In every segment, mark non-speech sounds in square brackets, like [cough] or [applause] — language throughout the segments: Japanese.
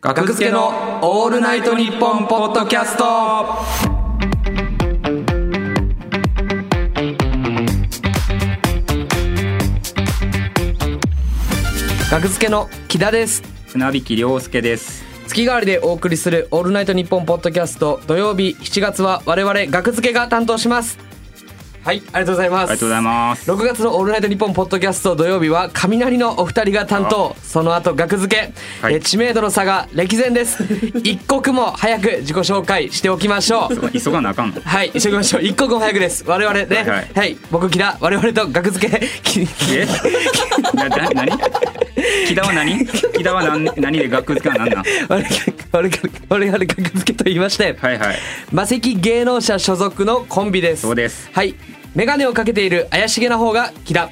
学付けのオールナイトニッポンポッドキャスト学付けの木田です船引亮介です月替わりでお送りするオールナイトニッポンポッドキャスト土曜日7月は我々学付けが担当しますはいありがとうございますありがとうございます6月の「オールナイトニッポン」ポッドキャスト土曜日は雷のお二人が担当その後額付け、はいえー知名度の差が歴然です [laughs] 一刻も早く自己紹介しておきましょう [laughs] 急がなあかんのはい一緒に行きましょう一刻も早くです我々ねは、はいいははいい僕木田我々と額付けきえ [laughs] なな何木田は何木田は何何で学付けは何なん [laughs] 我々我々我々額付けと言いまして、はいはい魔石芸能者所属のコンビですそうですはい眼鏡をかけている怪しげな方が木田、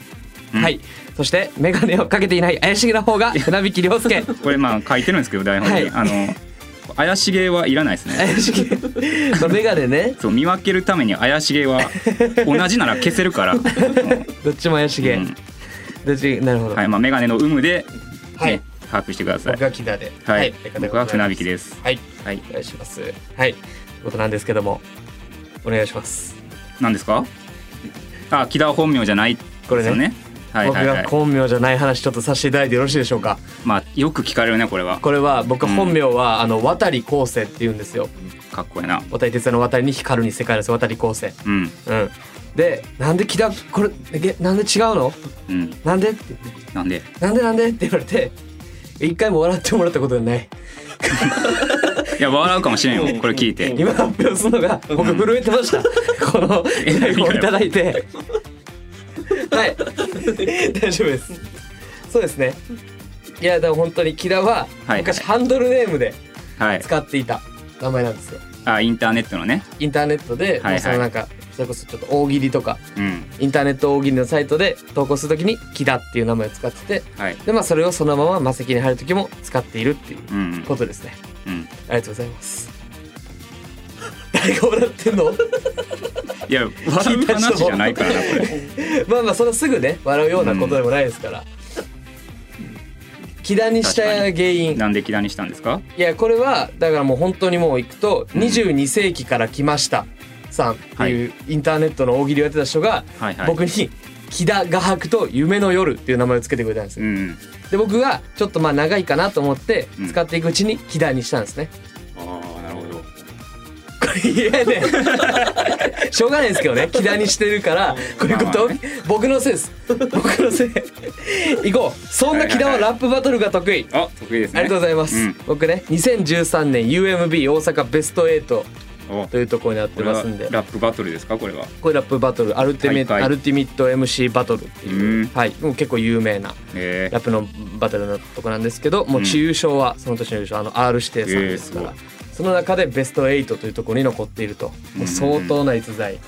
はいそして眼鏡をかけていない怪しげな方が船引亮 [laughs] 介これまあ書いてるんですけど台本に、はあの怪しげはいらないですね怪しげそう眼鏡ねそう見分けるために怪しげ [laughs] は同じなら消せるから、うどっちも怪しげ、んどっちなるほど、はいまあ眼鏡の有無で、ねはい把握してください僕が木田では、はい僕は船引きですはいはいお願いしますはいということなんですけどもお願いします何ですかあ木田は本名じゃないですこれねよねはいはいはい僕が本名じゃない話ちょっとさせていただいてよろしいでしょうかまあよく聞かれるねこれはこれは僕本名は、あの渡り光生って言うんですよかっこいいな渡り哲也の渡りに光るに世界です渡り光生うんうんでなんで木田これえなんで違うのうんなんでってなんでなんでなんでって言われて一回も笑ってもらったことがないいや笑うかもしれ [laughs] んよこれ聞いて今発表するのが僕震えてました、 [laughs] この台本をいただいてはい大丈夫ですそうですねいやでも本当に木田ははい昔ハンドルネームではい使っていた名前なんですよあインターネットのねインターネットで、はいはいそのなんかそれこそちょっと大喜利とかうんインターネット大喜利のサイトで投稿するときに「木田」っていう名前を使っててはいでまあそれをそのまま魔石に入るときも使っているっていううんことですねうんありがとうございます誰が笑ってん [laughs] のいや笑う話じゃないからなこれまあまあそんなすぐね笑うようなことでもないですから、木田にした原因なんで木田にしたんですかいやこれはだからもう本当にもういくと「22世紀から来ました」さんっていうインターネットの大喜利をやってた人がはいはい僕に「木田画伯と夢の夜」っていう名前をつけてくれたんですうよんで僕がちょっとまあ長いかなと思ってうん使っていくうちに「木田」にしたんですねああなるほどこれ言えねえ [laughs] しょうがないですけどね木田にしてるからこういうこと、まあまあ僕のせいです僕のせい行こうそんな木田はラップバトルが得意あ得意ですねありがとうございます、うん僕ね2013年 UMB 大阪ベスト8おというところになっこてれまはすんでラップバトルですかこれはこれラップバトルアルティメ、大会アルティミット MC バトルっていううんはい、もう結構有名なえラップのバトルのとこなんですけどもう優勝はその年の優勝あの R 指定さんですから、えーすその中でベスト8というところに残っているともう相当な逸材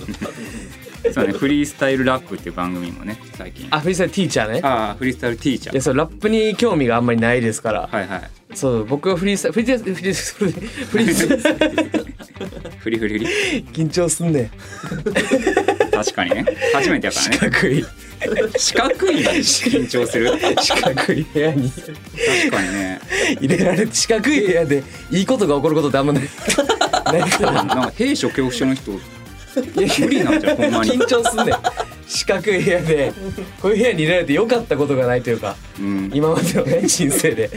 ーそうねフリースタイルラップっていう番組もね最近あフリースタイルティーチャーねああフリースタイルティーチャいやーそうラップに興味があんまりないですから、はいはいそう僕はフリースタイルフリースタイルフリースフリースフリフリフリ緊張すんねん確かにね初めてやから四ね角い四角い緊張する四角い部屋に確かにね入れられて四角い部屋でいいことが起こることってあんまないないからなんか兵所恐怖症の人無理なんじゃうほんまに緊張すんねん四角い部屋でこういう部屋に入れられて良かったことがないというかうん今までのね人生で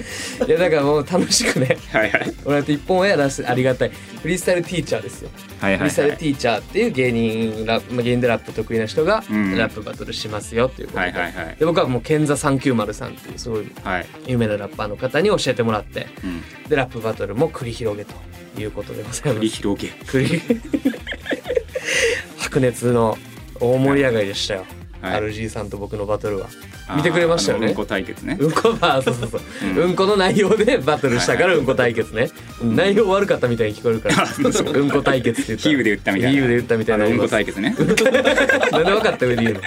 いやだからもう楽しくねはいはい俺だって一本親出してありがたいフリースタイルティーチャーですよはいフはいリースタイはルテいィーチャーっていう芸人ラまあ芸人でラップ得意な人がうんラップバトルしますよっていうことはいはでいはいで僕はもう賢座390さんっていうすごいはい有名なラッパーの方に教えてもらってうんでラップバトルも繰り広げということでござい振まりす広げ繰り [laughs] 白熱の大盛り上がりでしたよ、はい RG さんと僕のバトルは見てくれましたよあのねうんこ対決ねうんこバーそうそうそう、う、うんこの内容でバトルしたかはらいはうんこ対決ね、内容悪かったみたいに聞こえるから [laughs] うんこ対決って言った比喩で言ったみたいな比喩で言ったみたいなあのうんこ対決ね [laughs] なんで分かった上で言うの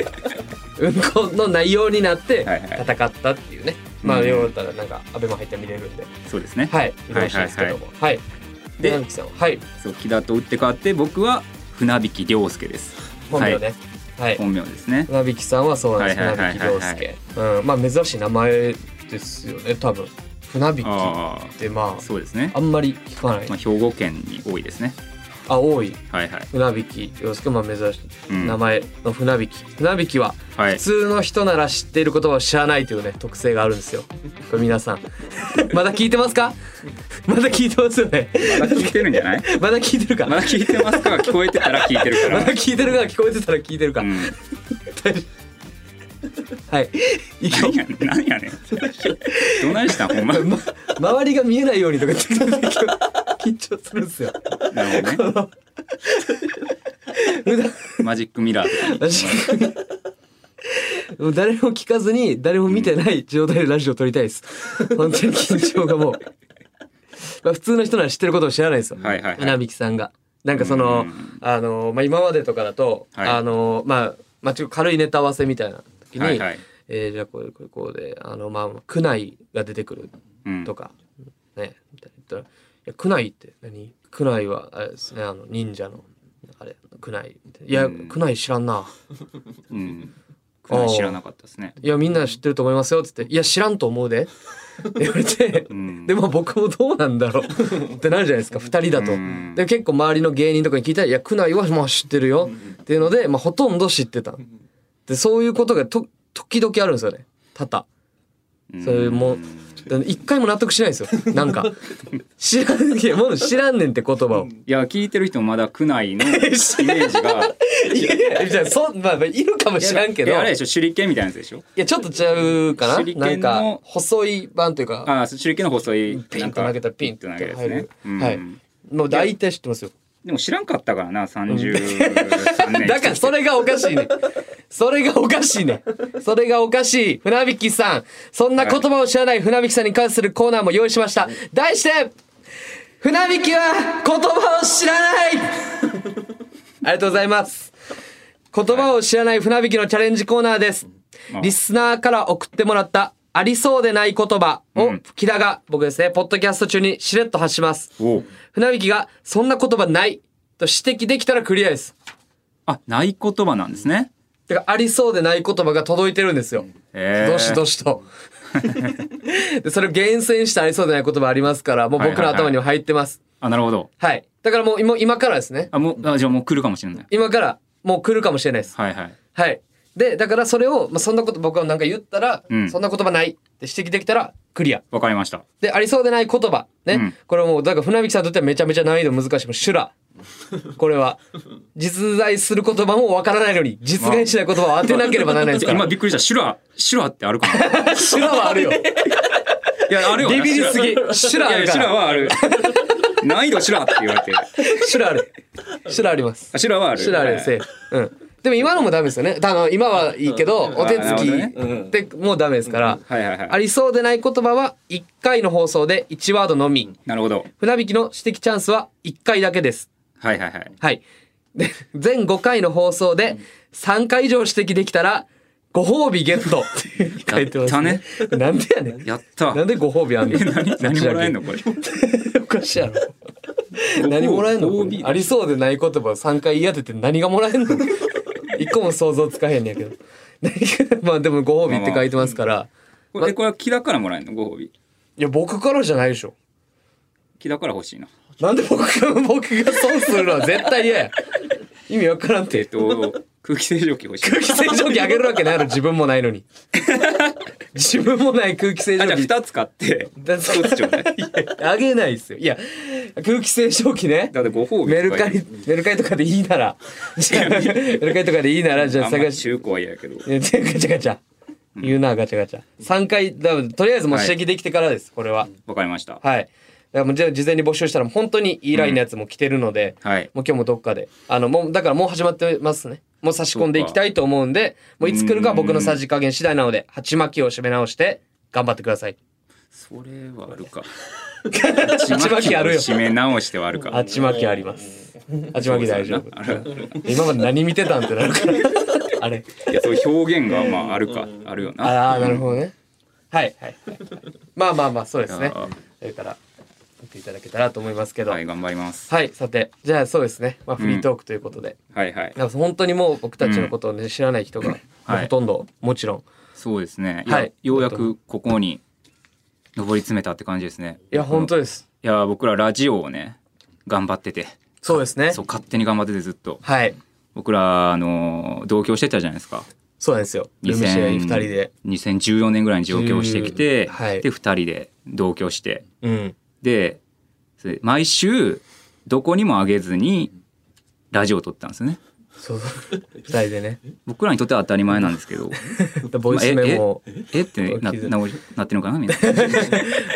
うんこの内容になってはいはい戦ったっていうね、まあうんよかったらなんかアベマ入って見れるんで、そうですねはい見てほしいんですけどもはいでで直樹さんはいそう木田と打って変わって僕は船引亮介です本名ねはい、本名ですね船引さんはそうなんですはいはい船はい引はいは亮い介うんまあ珍しい名前ですよね多分船引きっあてまあそうですねああ、んまり聞かなまあ、い兵庫県に多いですねあ多いはいはい、船引き洋介まあ珍しういん、名前の船引き船引きはは普い通の人なら知っている言葉を知らないというね特性があるんですよこれ皆さん [laughs] まだ聞いてますかまだ聞いてますよねまだ聞いてるんじゃないまだ聞いてるかままだ聞いてますか聞こえてたら聞いてるから、だ聞いてるか聞こえてたら聞いてるか、うん、 [laughs] はい何やねん何やねんどないしたんほんまなる周りが見えないようにとか言って緊張するんですよほどね普段マジックミラーとかに私誰も聞かずに誰も見てない状態でラジオ撮りたい [laughs] です。本当に緊張がもう。まあ普通の人なら知ってることを知らないですよ。はいはいはい船引さんが。なんかそのうん、あの、まあ、今までとかだと、はいあの、まあ、まあ、ちょっと軽いネタ合わせみたいな時に、はいはい、えーじゃあこれこれこうで、あの、まあ、区内が出てくるうん、とか、ね、みたいな言ったら、いや、区内って何区内は、あれですね、あの、忍者の、あれ、区内。いや、うん区内知らんな。うん、これ知らなかったですねいやみんな知ってると思いますよ」っつって「いや知らんと思うで」って言われてうんでも僕もどうなんだろうってなるじゃないですか2人だとうん。で結構周りの芸人とかに聞いたら「いや区内はまあ知ってるよ」っていうので、まあ、ほとんど知ってたでそういうことがと時々あるんですよね多々。うんそういうもんだから一回も納得しないんですよなんか「知らんいやもう知らんねん」って言葉を。いや聞いてる人もまだ区内のイメージ [laughs] がいやいやじゃあそまあまあいるかもしらんけどいやあれでいしょ手裏剣みたいなやつでしょやちょっと違うか手な裏な剣んのか細い版というかあ手裏剣の細いピンと投げたらピンっってて投投げげるるややつねつね、うんはいもう大体知ってますよでも知らんかったからな33年 [laughs] だからそれがおかしいねんそれがおかしいねんそれがおかしい船引きさんそんな言葉を知らない船引きさんに関するコーナーも用意しました題して船引きは言葉を知らない [laughs] ありがとうございます言葉を知らない船引きのチャレンジコーナーですあリスナーから送ってもらったありそうでない言葉を、うん木田が僕ですねポッドキャスト中にしれっと発しますおう船引きがそんな言葉ないと指摘できたらクリアですあない言葉なんですねだからありそうでない言葉が届いてるんですよ。えーどしどしと。でそれを厳選してありそうでない言葉ありますから、もう僕の頭には入ってます。あなるほどはいだからもう今今からですね。あもうあじゃあもう来るかもしれない今からもう来るかもしれないです。はいはいはい。で、だからそれを、まあ、そんなこと僕がなんか言ったら、うんそんな言葉ないって指摘できたらクリア。わかりましたで、ありそうでない言葉。ね。うんこれもう、だから船引さんにとってはめちゃめちゃ難易度難しい。もう修羅。これは。実在する言葉もわからないのに、実現しない言葉を当てなければならないんですから今。びっくりしたシュラシュラってあるかな修羅はあるよ。いやあるよなビビりすぎ。シュラあいやるかシュラら。はある [laughs] 難易度シュラって言われてシュラある。シュラあります。あシュラはあるシュラあるはいせい。うん。でも今のもダメですよね。あの今はいいけど、お手つなるほきどねってもうダメですから。はいはいはいありそうでない言葉は1回の放送で1ワードのみ。なるほど船引きの指摘チャンスは1回だけです。はいはいはいはい。で、全5回の放送で3回以上指摘できたら、ご褒美ゲットって書いてますね。なんでやねん。やったなんでご褒美あんの [laughs] 何何もらえんのこれ [laughs] おかしいやろ。何もらえんのこれ OB ありそうでない言葉を3回言い当てて何がもらえんの一個も想像つかへんねやけど。何がまあでもご褒美って書いてますから。これこれは木田からもらえんのご褒美いや、僕からじゃないでしょ。木田から欲しいななんで僕が、僕が損するのは絶対嫌や。意味わからん。えってと空気清浄機欲しい空気清浄機あげるわけないの自分もないのに。自分もない空気清あじゃ浄あ機。 2つ買ってだ一つちょうだいいやあげないですよ。いや、空気清浄機ねだ。ってご褒美メルカリ、メルカリとかでいいなら、じゃあメルカリとかでいいなら、じゃあ探探しし、中古は嫌やけどねガチャガチャ。言うな、ガチャガチャ。3回、だからとりあえずもうはい指摘できてからです、これは。わかりましたはい。だからもうじゃあ事前に募集したら、本当にいいラインのやつも来てるので、はいもう今日もどっかで。あの、もう、だからもう始まってますね。もう差し込んでいきたいと思うんで、もういつ来るかは僕のさじ加減次第なので、鉢巻きを締め直して、頑張ってください。それはある [laughs] か鉢巻きあるよ。締め直してはあるか鉢巻きあります。鉢巻き大丈夫あ。る今まで何見てたんってなる [laughs] から。あれ。いやそういう表現がまああるかあるよなああ、なるほどね。 [laughs] はいはい。はいまあまあまあ、そうですねあー。それから、見ていただけたらと思いますけど。は、はいい頑張りますさて、じゃあそうですね。まあ、フリートークということで。はいはいなんか本当にもう僕たちのことをね、知らない人が、はいほとんど、もちろん。そうですねはいいやようやくここに上り詰めたって感じですね。いや本当ですいや僕らラジオをね頑張っててそうですねそう勝手に頑張っててずっとはい僕らあの同居してたじゃないですかそうなんですよルームシェアに2人で2014年ぐらいに上京してきて、 10はいで2人で同居してうんでそれ毎週どこにもあげずにラジオを撮ってたんですよねそう2 [laughs] 人でね僕らにとっては当たり前なんですけど [laughs] ボイスメモをまあえええってなななってるのかなみんな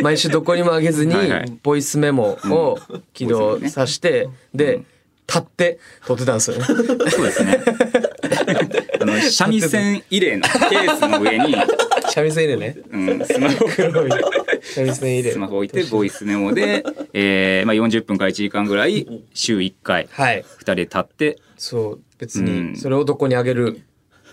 毎週どこにもあげずにはいはいボイスメモを起動させてで立って撮ってたんですよ [laughs] ねそうです [laughs] ねあの三味線入れのケースの上に、三味線入れねうん、スマホ [laughs] 黒い三味線入れスマホ置いてボイスメモ [laughs] で、えーまあ、40分から1時間ぐらい週1回はい2人で立ってそう別うんにそれをどこにあげる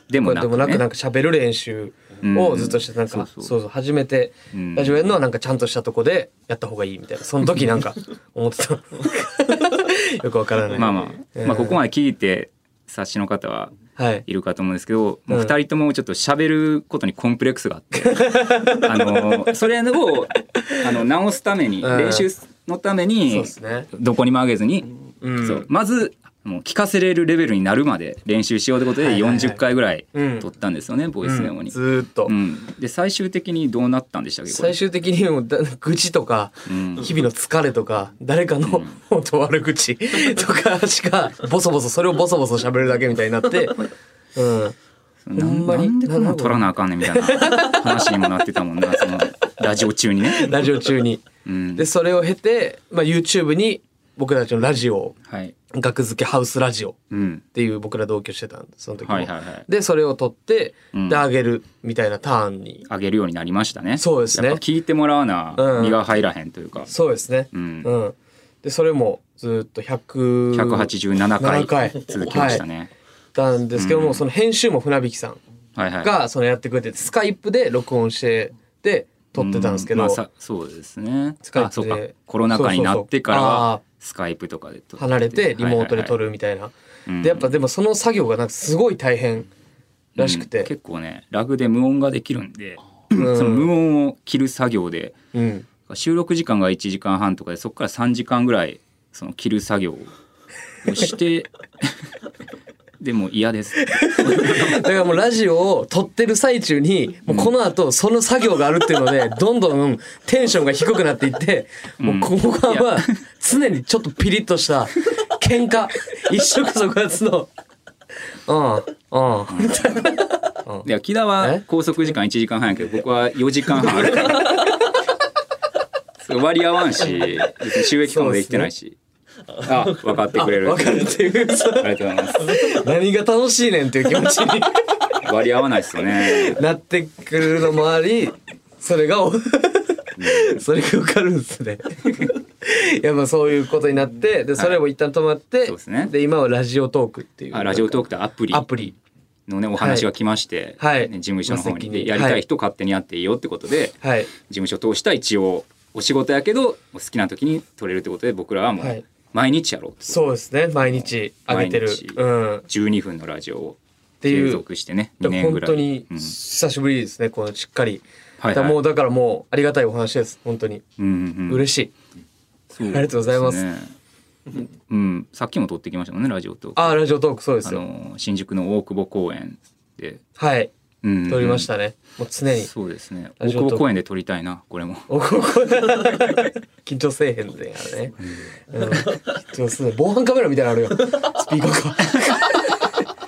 でもなでく,、もなくなんね、か喋る練習をずっとしてなんうんかそそううそうそう初めてうんラジオやるのはなんかちゃんとしたとこでやった方がいいみたいなその時な [laughs] んか思ってた [laughs] よくわからないまあまあ、うんまあ、ここまで聞いて察しの方ははいいるかと思うんですけど、もううん2人ともちょっと喋ることにコンプレックスがあって [laughs] あのそれをあの直すために、うん練習のためそうにですねどこにも上げずに、うんそうまずもう聞かせれるレベルになるまで練習しようということではいはいはい40回ぐらいうん撮ったんですよね、ボイスメモうんに。ずーっとうん、で最終的にどうなったんでしたっけこれ最終的にもうだ愚痴とかうん日々の疲れとか誰かの本当悪口とかしかボソボソそれをボソボソ喋るだけみたいになってうんなほんまになんでこんなん撮らなあかんねんみたいな話にもなってたもんな [laughs] そのラジオ中にね。 [laughs] ラジオ中にうんでそれを経てまあ YouTube に僕たちのラジオをはい学付けハウスラジオっうん、ていう僕ら同居してたんですその時も、はいはいはいでそれを取って、うんであげるみたいなターンにあげるようになりましたね。そうですねやっぱ聞いてもらわなうん身が入らへんというか、そうですねうんうん、でそれもずっと100 187 7回回続きましたね。なんですけどうも、んその編集も船引さんはいはい。がそのやってくれてスカイプで録音してで撮ってたんですけど、うまあさそうですね。スカイプであそうかコロナ禍になってからそうそうそうあはースカイプとかで撮って離れてリモートで撮る。るみたいな、はいはいはいでやっぱでもその作業がなんかすごい大変らしくうんて、結構ねラグで無音ができるんで、んその無音を切る作業でうん、収録時間が1時間半とかでそこから3時間ぐらいその切る作業をして [laughs] でも嫌ですだからもうラジオを撮ってる最中にもうこの後その作業があるっていうのでどんどんテンションが低くなっていってもうここいやは常にちょっとピリッとした喧嘩一触即発のうんうんで木田はえ拘束時間1時間半やけど僕は4時間半ある [laughs] からそう割り合わんし別に収益化もできてないし、あ分かってくれるあ分かるっていうそのりがとうございます何が楽しいねんっていう気持ちに割り合わないですよねなってくるのもありそれがお [laughs] それが受かるんですね [laughs] いやまあそういうことになってでそれも一旦止まって、そうですね今はラジオトークっていうあラジオトークとアプリアプリのねお話が来まして、はいね事務所の方に真っ先でにやりたい人勝手にやっていいよってことで、はい事務所通した一応お仕事やけどお好きな時に取れるってことで僕らはもはうい毎日やろうと、そうですね毎日上げてる毎日うんっ12分のラジオをて継いう続してね2年ぐ本らい当にうん久しぶりですねこのしっかり、はいはいだからもうだからもうありがたいお話です本当にうんうんうん嬉しい、そうありがとうございますですねうん、さっきも撮ってきましたもんねラジオとあああラジオトークそうですよの新宿の大久保公園で、はいうんうん撮りましたねもう常にそうですね大ラジオ久トーク保公園で撮りたいなこ [laughs] れもおここ緊張せえへんでやね、うん、緊張する防犯カメラみたいなのあるよスピーカー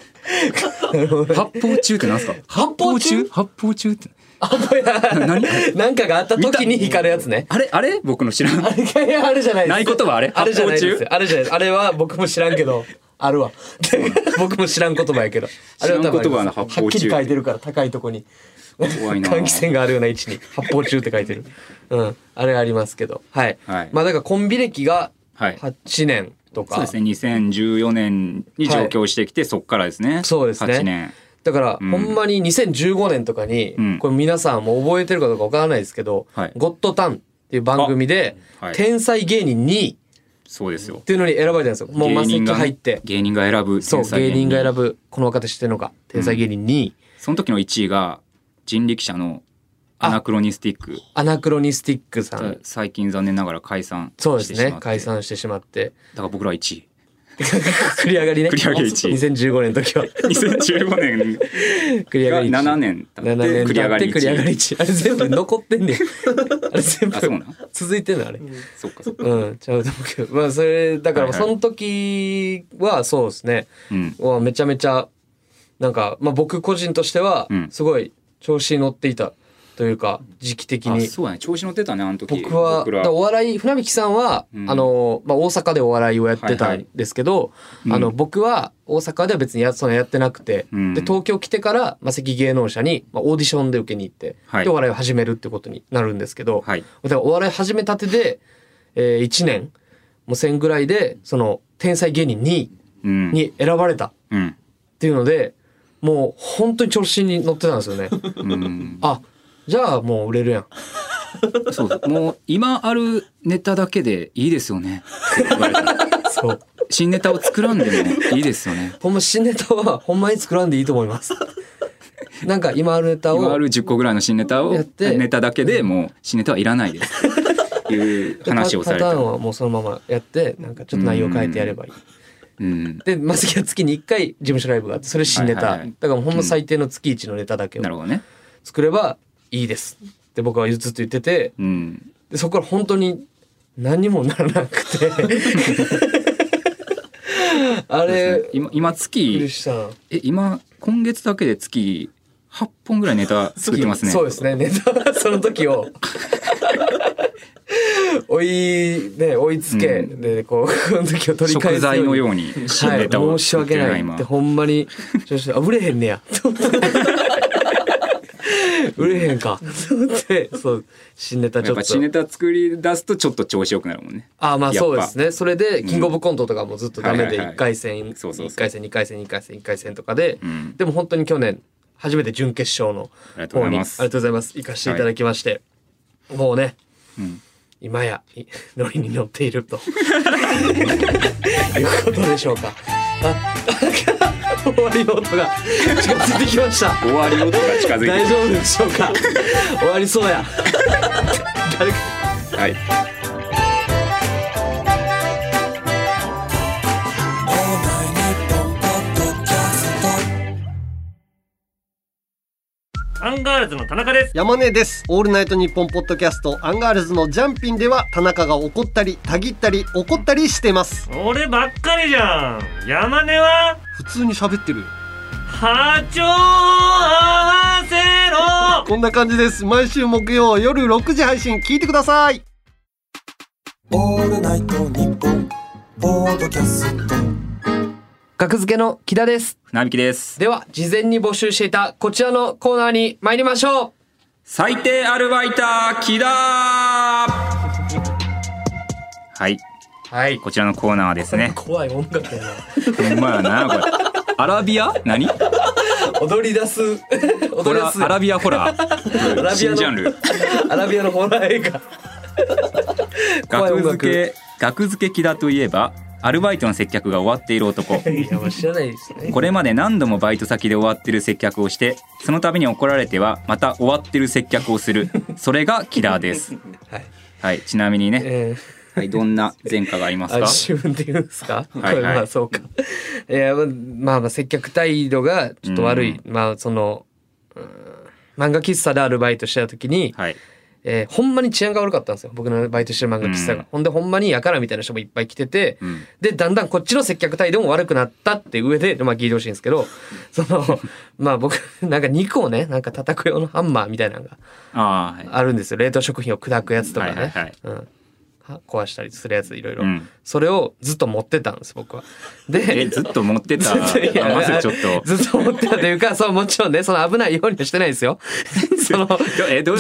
か発砲中ってなんすか発砲中発砲中ってあこれ何 [laughs] なんかがあった時に光るやつねあれあれ僕の知らんあれいやあれじゃないですないことはあれあれじゃないで発砲すあれじゃないですあれは僕も知らんけど [laughs] あるわ僕も知らん言葉やけどあれは多分あ知りますらん言葉の発砲中はっきり書いてるから高いとこに怖いな換気扇があるような位置に発砲中って書いてるうんあれありますけどはい、はいまあだからコンビ歴がはい8年とか、そうですね2014年に上京してきて、そっからですねそうですね8年だから、うんほんまに2015年とかに、うんこれ皆さんも覚えてるかどうかわからないですけど「はいゴッドタン」っていう番組で、あはい天才芸人2位そうですよっていうのに選ばれたんですよもう芸マセ人キがね入って芸人が選ぶそう芸人がぶ選ぶこの若手知ってるのか天才芸人2位、その時の1位が人力車のアナクロニスティックアナクロニスティックさん。最近残念ながら解散してしまっそうでてすね。解散してしまって。 [laughs] だから僕らは1位繰り上がりね。繰り上がり一位2015年の時は。 2015年 [laughs] 繰り上ががり一位7年経7って繰年経ってり上がり繰り上が1り位一位あれ全部残ってんねんあれ全部あそうなん続いてんのあれそっかそっかうんちゃうと思うけどまあそれだからはいはいその時はそうですねうんはめちゃめちゃなんか、まあ、僕個人としてはうんすごい調子に乗っていたというか時期的あにそうだね調子乗ってたねあの時僕はだからお笑い船引さんは、うんあのまあ、大阪でお笑いをやってたはいはんいですけど、あのうん僕は大阪では別にやそのやってなくて、うんで東京来てからマセキ芸能者に、まあ、オーディションで受けに行って、はいでお笑いを始めるってことになるんですけど、はいだからお笑い始めたてで、え1年もう1000ぐらいでその天才芸人2位うんに選ばれたっうんていうのでもう本当に調子に乗ってたんですよ [laughs] ね。うんあじゃあもう売れるやん。そうそうもう今あるネタだけでいいですよねそう新ネタを作らんでもいいですよねほんま新ネタはほんまに作らんでいいと思います。なんか今あるネタ今あをる10個ぐらいの新ネタをやってネタだけでもう新ネタはいらないですいう話をされパたターンはもうそのままやってなんかちょっと内容変えてやればいい。うんでマスキは月に1回事務所ライブがあってそれ新ネタ、はいはいはいだからもうほんま最低の月1のネタだけをなるほどね作ればいいですって僕はずっと言っててうんでそこから本当に何にもならな [laughs] くてあれ今今苦月しさんえ今今月だけで月8本ぐらいネタ作ってますねそうですね。ネタその時を [laughs] 追いね追いつけ、うんでこうこの時を取り返食す材ようにのように新ネタはをい、申し作ってる訳なない今ってほんまにちょっとあ売れへ [laughs] んねやと思って売れへ [laughs] んかと思ってそう新ネタちやょっっぱと新ネタ作り出すとちょっと調子よくなるもんねあまあやっぱそうですねそれでキングオブコントとかもずっとダメはいではいはい1回戦そうそうそう1回戦2回戦2回戦1回戦とかで、うんでも本当に去年初めて準決勝のありがとうご方ざにいあまりすがとうございます行かせていただきまして、もうねうん今やい [laughs] ノリに乗っていると [laughs] いうことでしょうかあ [laughs] 終わりの音が近づいてきました終わり音が近づいて大る丈夫でしょうか終わりそうや誰かはいアンガールズの田中です山根です。オールナイトニッポンポッドキャストアンガールズのジャンピンでは田中が怒ったり、たぎったり、怒ったりしてます。俺ばっかりじゃん山根は普通に喋ってる。波長を合わせろこんな感じです。毎週木曜夜6時配信聞いてください。オールナイトニッポンポードキャスト格付けの木田です船引きですでは事前に募集していたこちらのコーナーに参りましょう最低アルバイター木田はいはいこちらのコーナーはですね怖い音楽やな [laughs] ほんまやなこれアラビア何こ踊り出す [laughs] 踊りれ出はすアラビアホラアラビアのー [laughs] 新ジャンル [laughs] アラビアのホラー映画怖い音学楽付け学付け木田といえばアルバイトの接客が終わっている男いやもう知らないですねこれまで何度もバイト先で終わってる接客をしてその度に怒られてはまた終わってる接客をするそれがキラーですはい、はいちなみにね、えーはい、どんな前科がありまあすか自分で言うんですはか、いはいこれまあそうかいやまあまあまあ接客態度がちょっと悪い、まあそのうん漫画喫茶でアルバイトしてた時に、はいえーほんまに治安が悪かったんですよ僕のバイトしてる漫画喫茶が、うんほんでほんまにやからみたいな人もいっぱい来てて、うんでだんだんこっちの接客態度も悪くなったって上でまあ聞いてほしいんですけど [laughs] そのまあ僕なんか肉をねなんか叩く用のハンマーみたいなのがあーはいあるんですよ冷凍食品を砕くやつとかね、はいはいはいうん、は壊したりするやついろいろ、うんそれをずっと持ってたんです僕は。で [laughs] えずっと持ってたいやあまずちょっとずっと持ってたというかそうもちろんねその危ないようにはしてな [laughs] いですよ。そのどえどう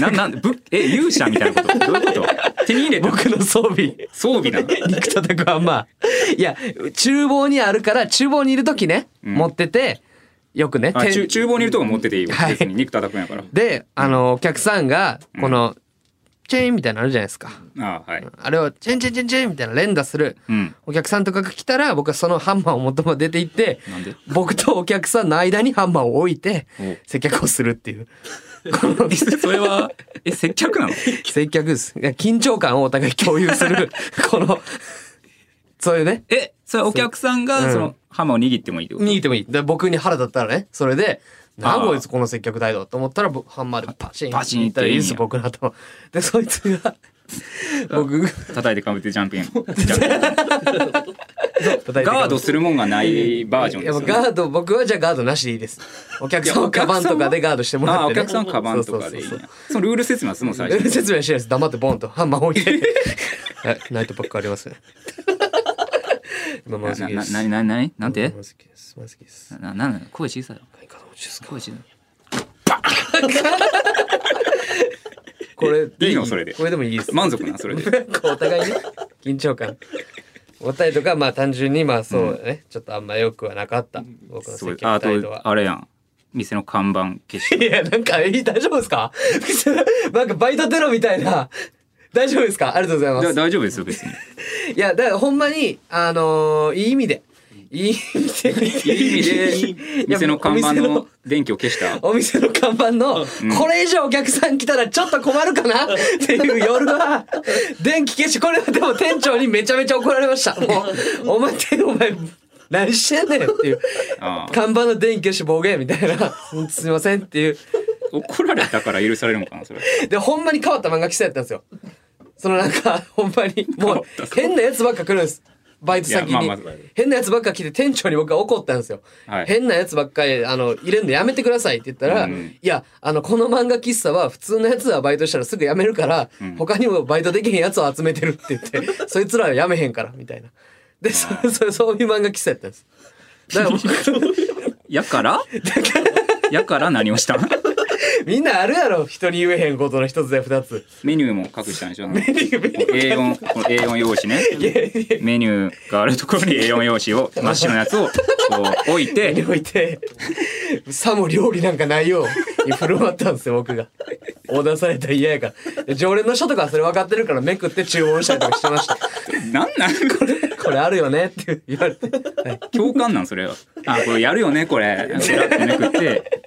ななんぶえ勇者みたいなこと [laughs] どういうこと手に入れた僕の装備装備なの [laughs] 肉叩くはまあいや厨房にあるから厨房にいる時ね、うん持っててよくねあてちゅ厨房にいるとこ持ってていいよはい別に肉叩くんやからであのお客さんがこの、チェーンみたいなのあるじゃないですかあーはいあれをチェンチェンチェンチェンみたいな連打するうんお客さんとかが来たら僕はそのハンマーを元ま出て行ってなんで僕とお客さんの間にハンマーを置いてお [laughs] 接客をするっていうそれはえ接客なの接客です。いや緊張感をお互い共有するこのそういうねえそれはお客さんそうがうんそのハマを握ってもいいってこと逃げてもいい。で僕に腹立ったらねそれで「なああーこいつこの接客態度」と思ったら僕ハンマーでパチンパチンいったらいいでいいんすや僕の頭。でそいつが僕叩いてかぶってジャンピンジャンピンガードするもんがないバージョンいでやすよもうねガード僕はじゃあガードなしでいいです。お客さんいやをおカ客さんバはンとかでガードしてもらあっあて、おね、客さんカバンとかでいいそうそうそうそうやそのルール説明はすんの最初に説明はしないです黙ってボンとハンマー置いて [laughs] はいナイトパックありますね今まなず好きでなすななななんてマズキですマズキですななな声小さいよ何かどうですか声小さいこれいいのそれでこれでもいいです満 [laughs] 足なそれでこうお互いね緊張感お互いとかまあ単純にまあそうだね、ちょっとあんま良くはなかった僕のす接ごい客ああ態度はとあれやん店の看板消しいやなんかえ大丈夫ですか [laughs] なんかバイトテロみたいな大丈夫ですかありがとうございまだす大丈夫ですよ別にいやだからほんまにあのーいい意味で [laughs] いい意味いでい意味で店の看板いやお店のの電気を消した [laughs] お店の看板の、これ以上お客さん来たらちょっと困る [laughs] かなっていう夜は電気消しこれはでも店長にめちゃめちゃ怒られましたも [laughs] うお前ってお前何してんねんっていうああ看板の電気消し暴言みたい [laughs] なほんとすいませんっていう怒られたから許されるのかなそれ [laughs] でほんまに変わった漫画喫茶やったんですよそのなんか [laughs] ほんまにもう変なやつばっか来るんですバイト先いやにまあまあ変なやつばっか来て店長に僕は怒ったんですよ、はい変なやつばっかりあの入れるのやめてくださいって言ったら、うんいやあのこの漫画喫茶は普通のやつはバイトしたらすぐ辞めるから、他にもバイトできへんやつを集めてるって言って [laughs] そいつらは辞めへんからみたいな [laughs] でそそそういう漫画喫茶やったんですだから僕やからやから何をした [laughs] んみんなあるやろ人に言えへんことの一つや二 [laughs] つメニューも隠したんでしょメニューメニュ A4 この A4 用紙ねメニューがあるところに A4 用紙を真っ白のやつをこう置い手にて置いてさも料理なんかないように振る舞ったんですよ僕がオーダーされたら嫌やからで常連の人とかはそれ分かってるからめくって注文したりとかしてましたなんなんこれこれあるよねって言われて、はい共感なんそれはあこれやるよねこれ裏ってめくって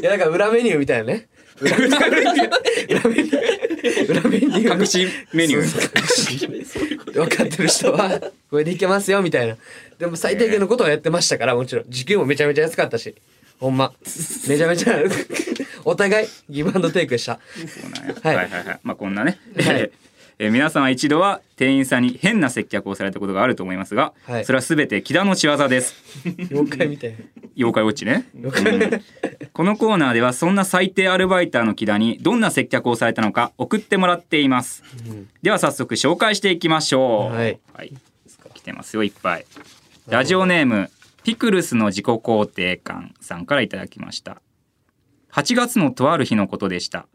いやだから裏メニューみたいなね裏メニュー裏メニュー裏メニュー隠しメニュそうー分かってる人はこれでいけますよみたいなでも最低限のことはやってましたからもちろん時給もめちゃめちゃ安かったしほんまめちゃめちゃお互いギブアンドテイクでしたそうなんやはいはいはいはい。まあこんなね。はいえー皆さんは一度は店員さんに変な接客をされたことがあると思いますが、はいそれはすべて木田の仕業です。妖怪みたいな妖怪ウォッチね。うんこのコーナーではそんな最低アルバイターの木田にどんな接客をされたのか送ってもらっています。では早速紹介していきましょう。はい。来てますよいっぱい。ラジオネームピクルスの自己肯定感さんからいただきました。8月のとある日のことでした。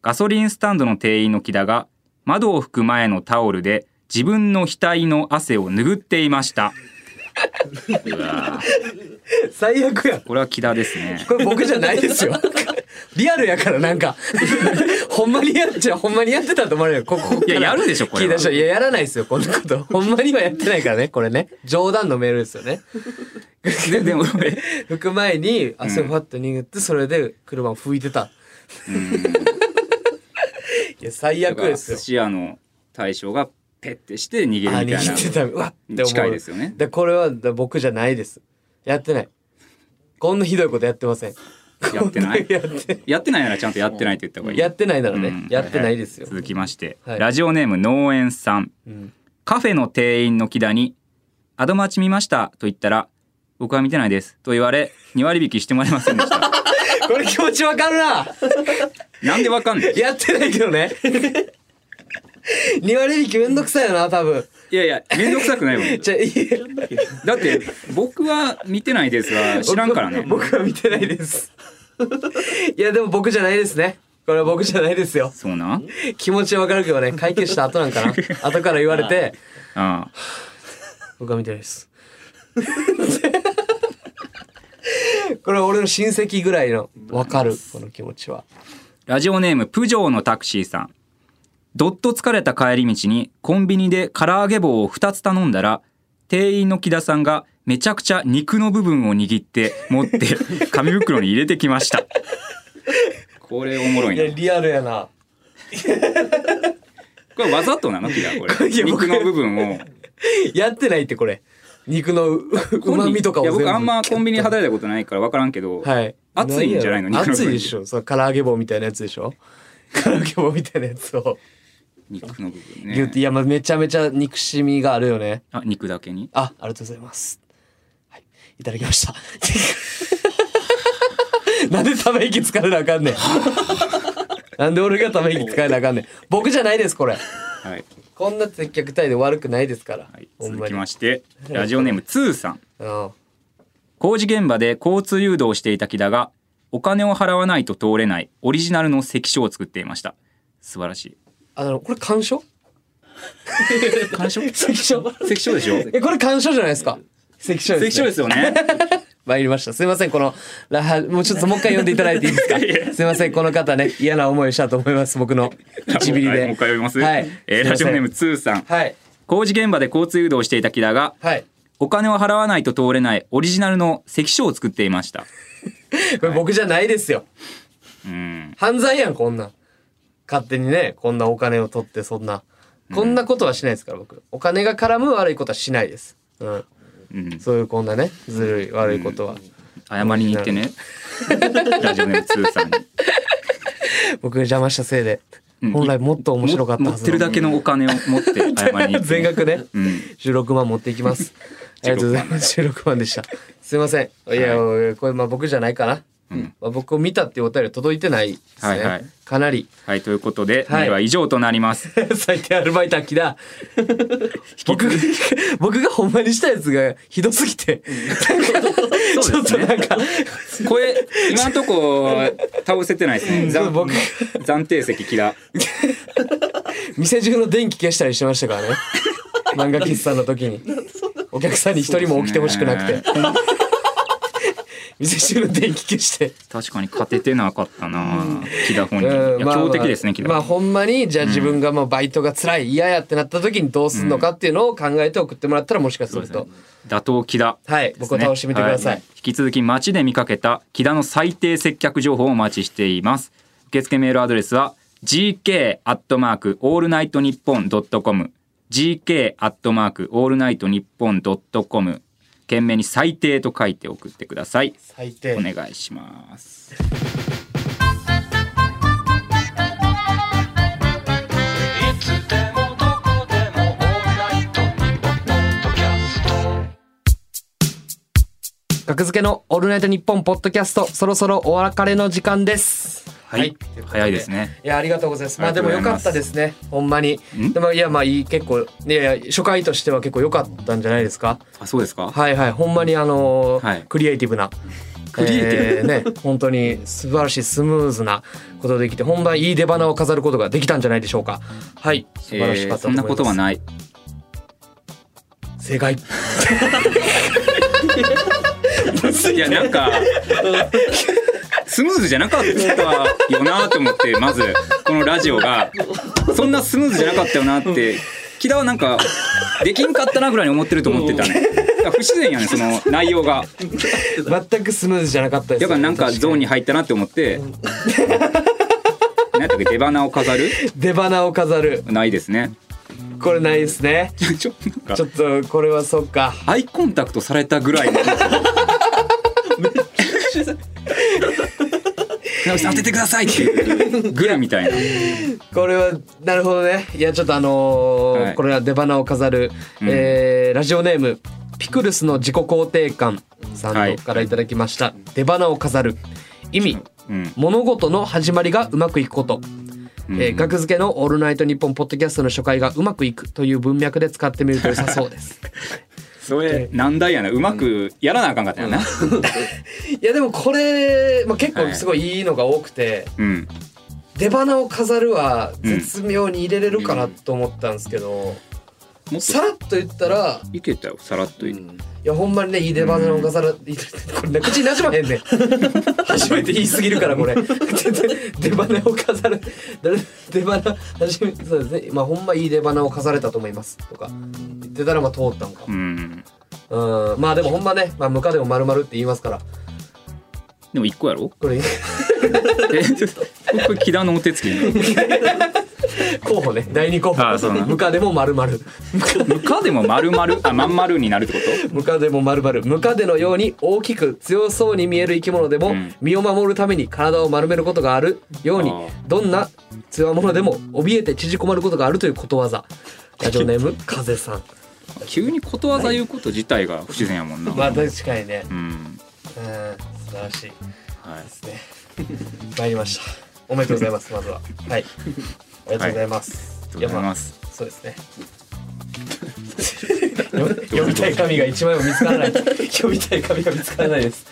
ガソリンスタンドの店員の木田が窓を拭く前のタオルで自分の額の汗を拭っていました。うわぁ最悪やんこれは木田ですね。これ僕じゃないですよ。リアルやからなんか。ほんまにやっちゃ、ほんまにやってたと思われるよ。こここからいややるでしょこれ聞いはた人いや、やらないですよ、こんなこと。ほんまにはやってないからね、これね。冗談のメールですよね。 [laughs] ででも俺拭く前に汗をファッと握って、それで車を拭いてた。 [laughs] いや、最悪です寿よ。司屋の大将がペッてして逃げあ、るみたい握なってた。うわって思う。近いですよねで、これはだ僕じゃないです。やってない。こんなひどいことやってません。やってないやってやってないならちゃんとやってないって言った方がいい。やってないならね、うんやってないですよ。続きまして、はいラジオネーム農園さん、んカフェの店員の木田に「アドマチ見ました」と言ったら「僕は見てないです」と言われ2割引きしてもらえませんでした [laughs] これ気持ちわかるななんでわかんないやってないけどね。2割引きめんどくさいよな、多分。いやいや面倒くさくないもんじゃあ、いいだって僕は見てないですは知らんからね僕僕は見てないです。いや、でも僕じゃないですね。これは僕じゃないですよ。そうなん気持ちはわかるけどね、会計した後なんかな。後から言われて、ああ僕は見てないです。これは俺の親戚ぐらいの、わかる、この気持ちは。ラジオネームプジョーのタクシーさんどっと疲れた帰り道にコンビニで唐揚げ棒を2つ頼んだら店員の木田さんがめちゃくちゃ [laughs] 肉の部分を握って持って紙袋に入れてきましたこれおもろいいやなリアルやなこれわざとなのキラこれいや僕肉の部分をやってないってこれ肉のうまみとかをいや全部僕あんまコンビニで働いたことないから分からんけど、はい熱いんじゃないのんやろ肉の部分熱いでしょそう唐揚げ棒みたいなやつでしょ唐揚げ棒みたいなやつを肉の部分ギュっていねやまあめちゃめちゃ憎しみがあるよねあ肉だけにあありがとうございますはいいただきました [laughs] なんでため息つかれなあかんね [laughs] んなんで俺がため息つかれなあかんねん僕じゃないですこれはい、こんな接客態度悪くないですから、はい、ほん続まきにましてラジオネームツーさんうん工事現場で交通誘導をしていた木田がお金を払わないと通れないオリジナルの石書を作っていました素晴らしいあのこれ鑑賞鑑賞関所石書でしょえこれ鑑賞じゃないですか関所です、ね、石書ですよね参りました。すいません、この、ラハ、もうちょっともう一回読んでいただいていいですかすいません、この方ね、嫌な思いをしたと思います、僕の唇はいで。もう一回読みます、はい。えーすいラまジせんオネームツーさんはい。工事現場で交通誘導をしていた木田がはい。お金を払わないと通れないオリジナルの石書を作っていましたこれ僕じゃないですよ。うん犯罪やん、こんなん。勝手にね、こんなお金を取って、そんな。こんなことはしないですから、僕。お金が絡む悪いことはしないです。うん。うんそういうこんなね、ずるい悪いことは。謝りに行ってねラジオネームツーさんに僕が邪魔したせいでう、ん本来もっと面白かったも持はっずてるだけのお金を持って謝りに行ってね、 [laughs] 全額ね、うん16万持っていき [laughs] ます。ありがとうございます。16万でした。すいません。いや、これまあ僕じゃないかな。うんまあ、僕を見たっていうお便りは届いてないですね。はいはいかなり [laughs] はいということで、はいメールは以上となります最低アルバイト秋 [laughs] だ。僕が [laughs] 僕がほんまにしたやつがひどすぎて、 [laughs] ちょっとなんか、声今んとこ倒せてないですねそう暫僕暫定席キラ店中の電気消したりしてまし [laughs] たからね。漫画喫茶の時に。お客さんに一人も起きてほしくなくて。 [laughs] 店中の電気消して。確かに勝ててなかったなキラ本人うんいや強敵ですねキまあ、ラほんまにじゃあ自分がまあバイトが辛い嫌やってなった時にどうすんのかっていうのを考えて送ってもらったらもしかすると、打倒キラはい僕を倒してみてください、は引き続き街で見かけた木田の最低接客情報をお待ちしています受付メールアドレスは gk アットマークオールナイトニッポンドットコム gk アットマークオールナイトニッポンドットコム件名に最低と書いて送ってください最低お願いしますつでもどこでもオールナイトニッポンポッドキャスト格付けの「オールナイトニッポン」ポッドキャストそろそろお別れの時間ですはいとうこと早いですねいやありがとうございますまあありでがともうごよざいまかっすたですねほんまにんでもいやまあいい結構いやいや初回としては結構良かったんじゃないですかあそうですかはいはいほんまにあのーはいクリエイティブなクリエイティブえーね本当に素晴らしいスムーズなことできて本番いい出花を飾ることができたんじゃないでしょうかはい素晴らしかったとえーそ思います、んなことはいない正解 [laughs] いやなんかスムーズじゃなかったよなと思ってまずこのラジオがそんなスムーズじゃなかったよなって木田はなんかできんかったなぐらいに思ってると思ってたねだから不自然やねその内容が全くスムーズじゃなかったですやっぱなんかゾーンに入ったなって思って何やったっけ出花を飾る [laughs] 出花を飾るないですねこれないですねちょなんちかょっとこれはそっかアイコンタクトされたぐらいの [laughs] 船木さん当ててくださいっていうぐらいみたいなこれはなるほどねいやちょっとあのーはいこれは出花を飾る、うんえーラジオネームピクルスの自己肯定感さはんいのからいただきました、出花を飾る意味うん物事の始まりがうまくいくこと、うんえー格付けの「オールナイトニッポン」ポッドキャストの初回がうまくいくという文脈で使ってみると良さそうですそれ難題やなうまくやらなあかんかったよな、 [laughs] いやでもこれ、まあ、結構すごいいいのが多くて、うん出花を飾るは絶妙に入れれるかなと思ったんですけど、もっとさらっと言ったらいけたよさらっとい、いやほんまにねいい出花を飾る、いいこれね口になじまへ [laughs] んねん初めて言いすぎるからこれ出花を飾る出花初めそうですねまあほんまいい出花を飾れたと思いますとか言ってたらまあ通ったんかうんうんまあでもほんまね、まあ、ムカデも丸々って言いますからでも一個やろこれ [laughs] [laughs] え僕木田のお手 [laughs] つき候補ね第二候補あそうなのムカデも丸々ムカでも丸々あまん丸になるってことムカデも丸々ムカデのように大きく強そうに見える生き物でも、ん身を守るために体を丸めることがあるようにあーどんな強者でも怯えて縮こまることがあるということわざラジオネ [laughs] ーム風さん急にことわざ言うこと自体が不自然やもんな、まあ確かにねうんうん素晴らしいはいですね参りましたおめでとうございますまずははいありがとうございます、ありがとうございますあそう [laughs] ですね [laughs] 読読みたい紙が一枚も見つからな [laughs] い読みたい紙が見つからないです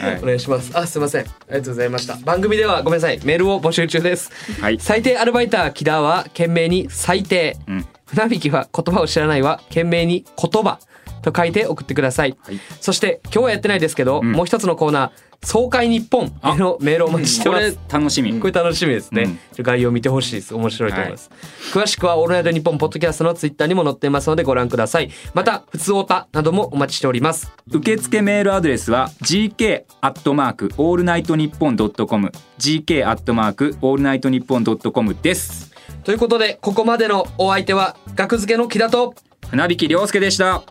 はいお願いします。あ、すいません。ありがとうございました。番組ではごめんなさい。メールを募集中です。はい最低アルバイター木田は懸命に最低。うん船引きは言葉を知らないは懸命に言葉と書いて送ってください。はいそして今日はやってないですけど、んもう一つのコーナー爽快日本へのメールをお待ちしてこまれす。楽しみ、これ楽しみですね。うんちょ概要見てほしいです。面白いと思います。詳しくはオールナイトニッポンポッドキャストのツイッターにも載っていますのでご覧ください。また、普通オタなどもお待ちしております。受付メールアドレスは gk アットマークオールナイトニッポンドットコム gk アットマークオールナイトニッポンドットコムですということで、ここまでのお相手は、学付けの木田と、船引き涼介でした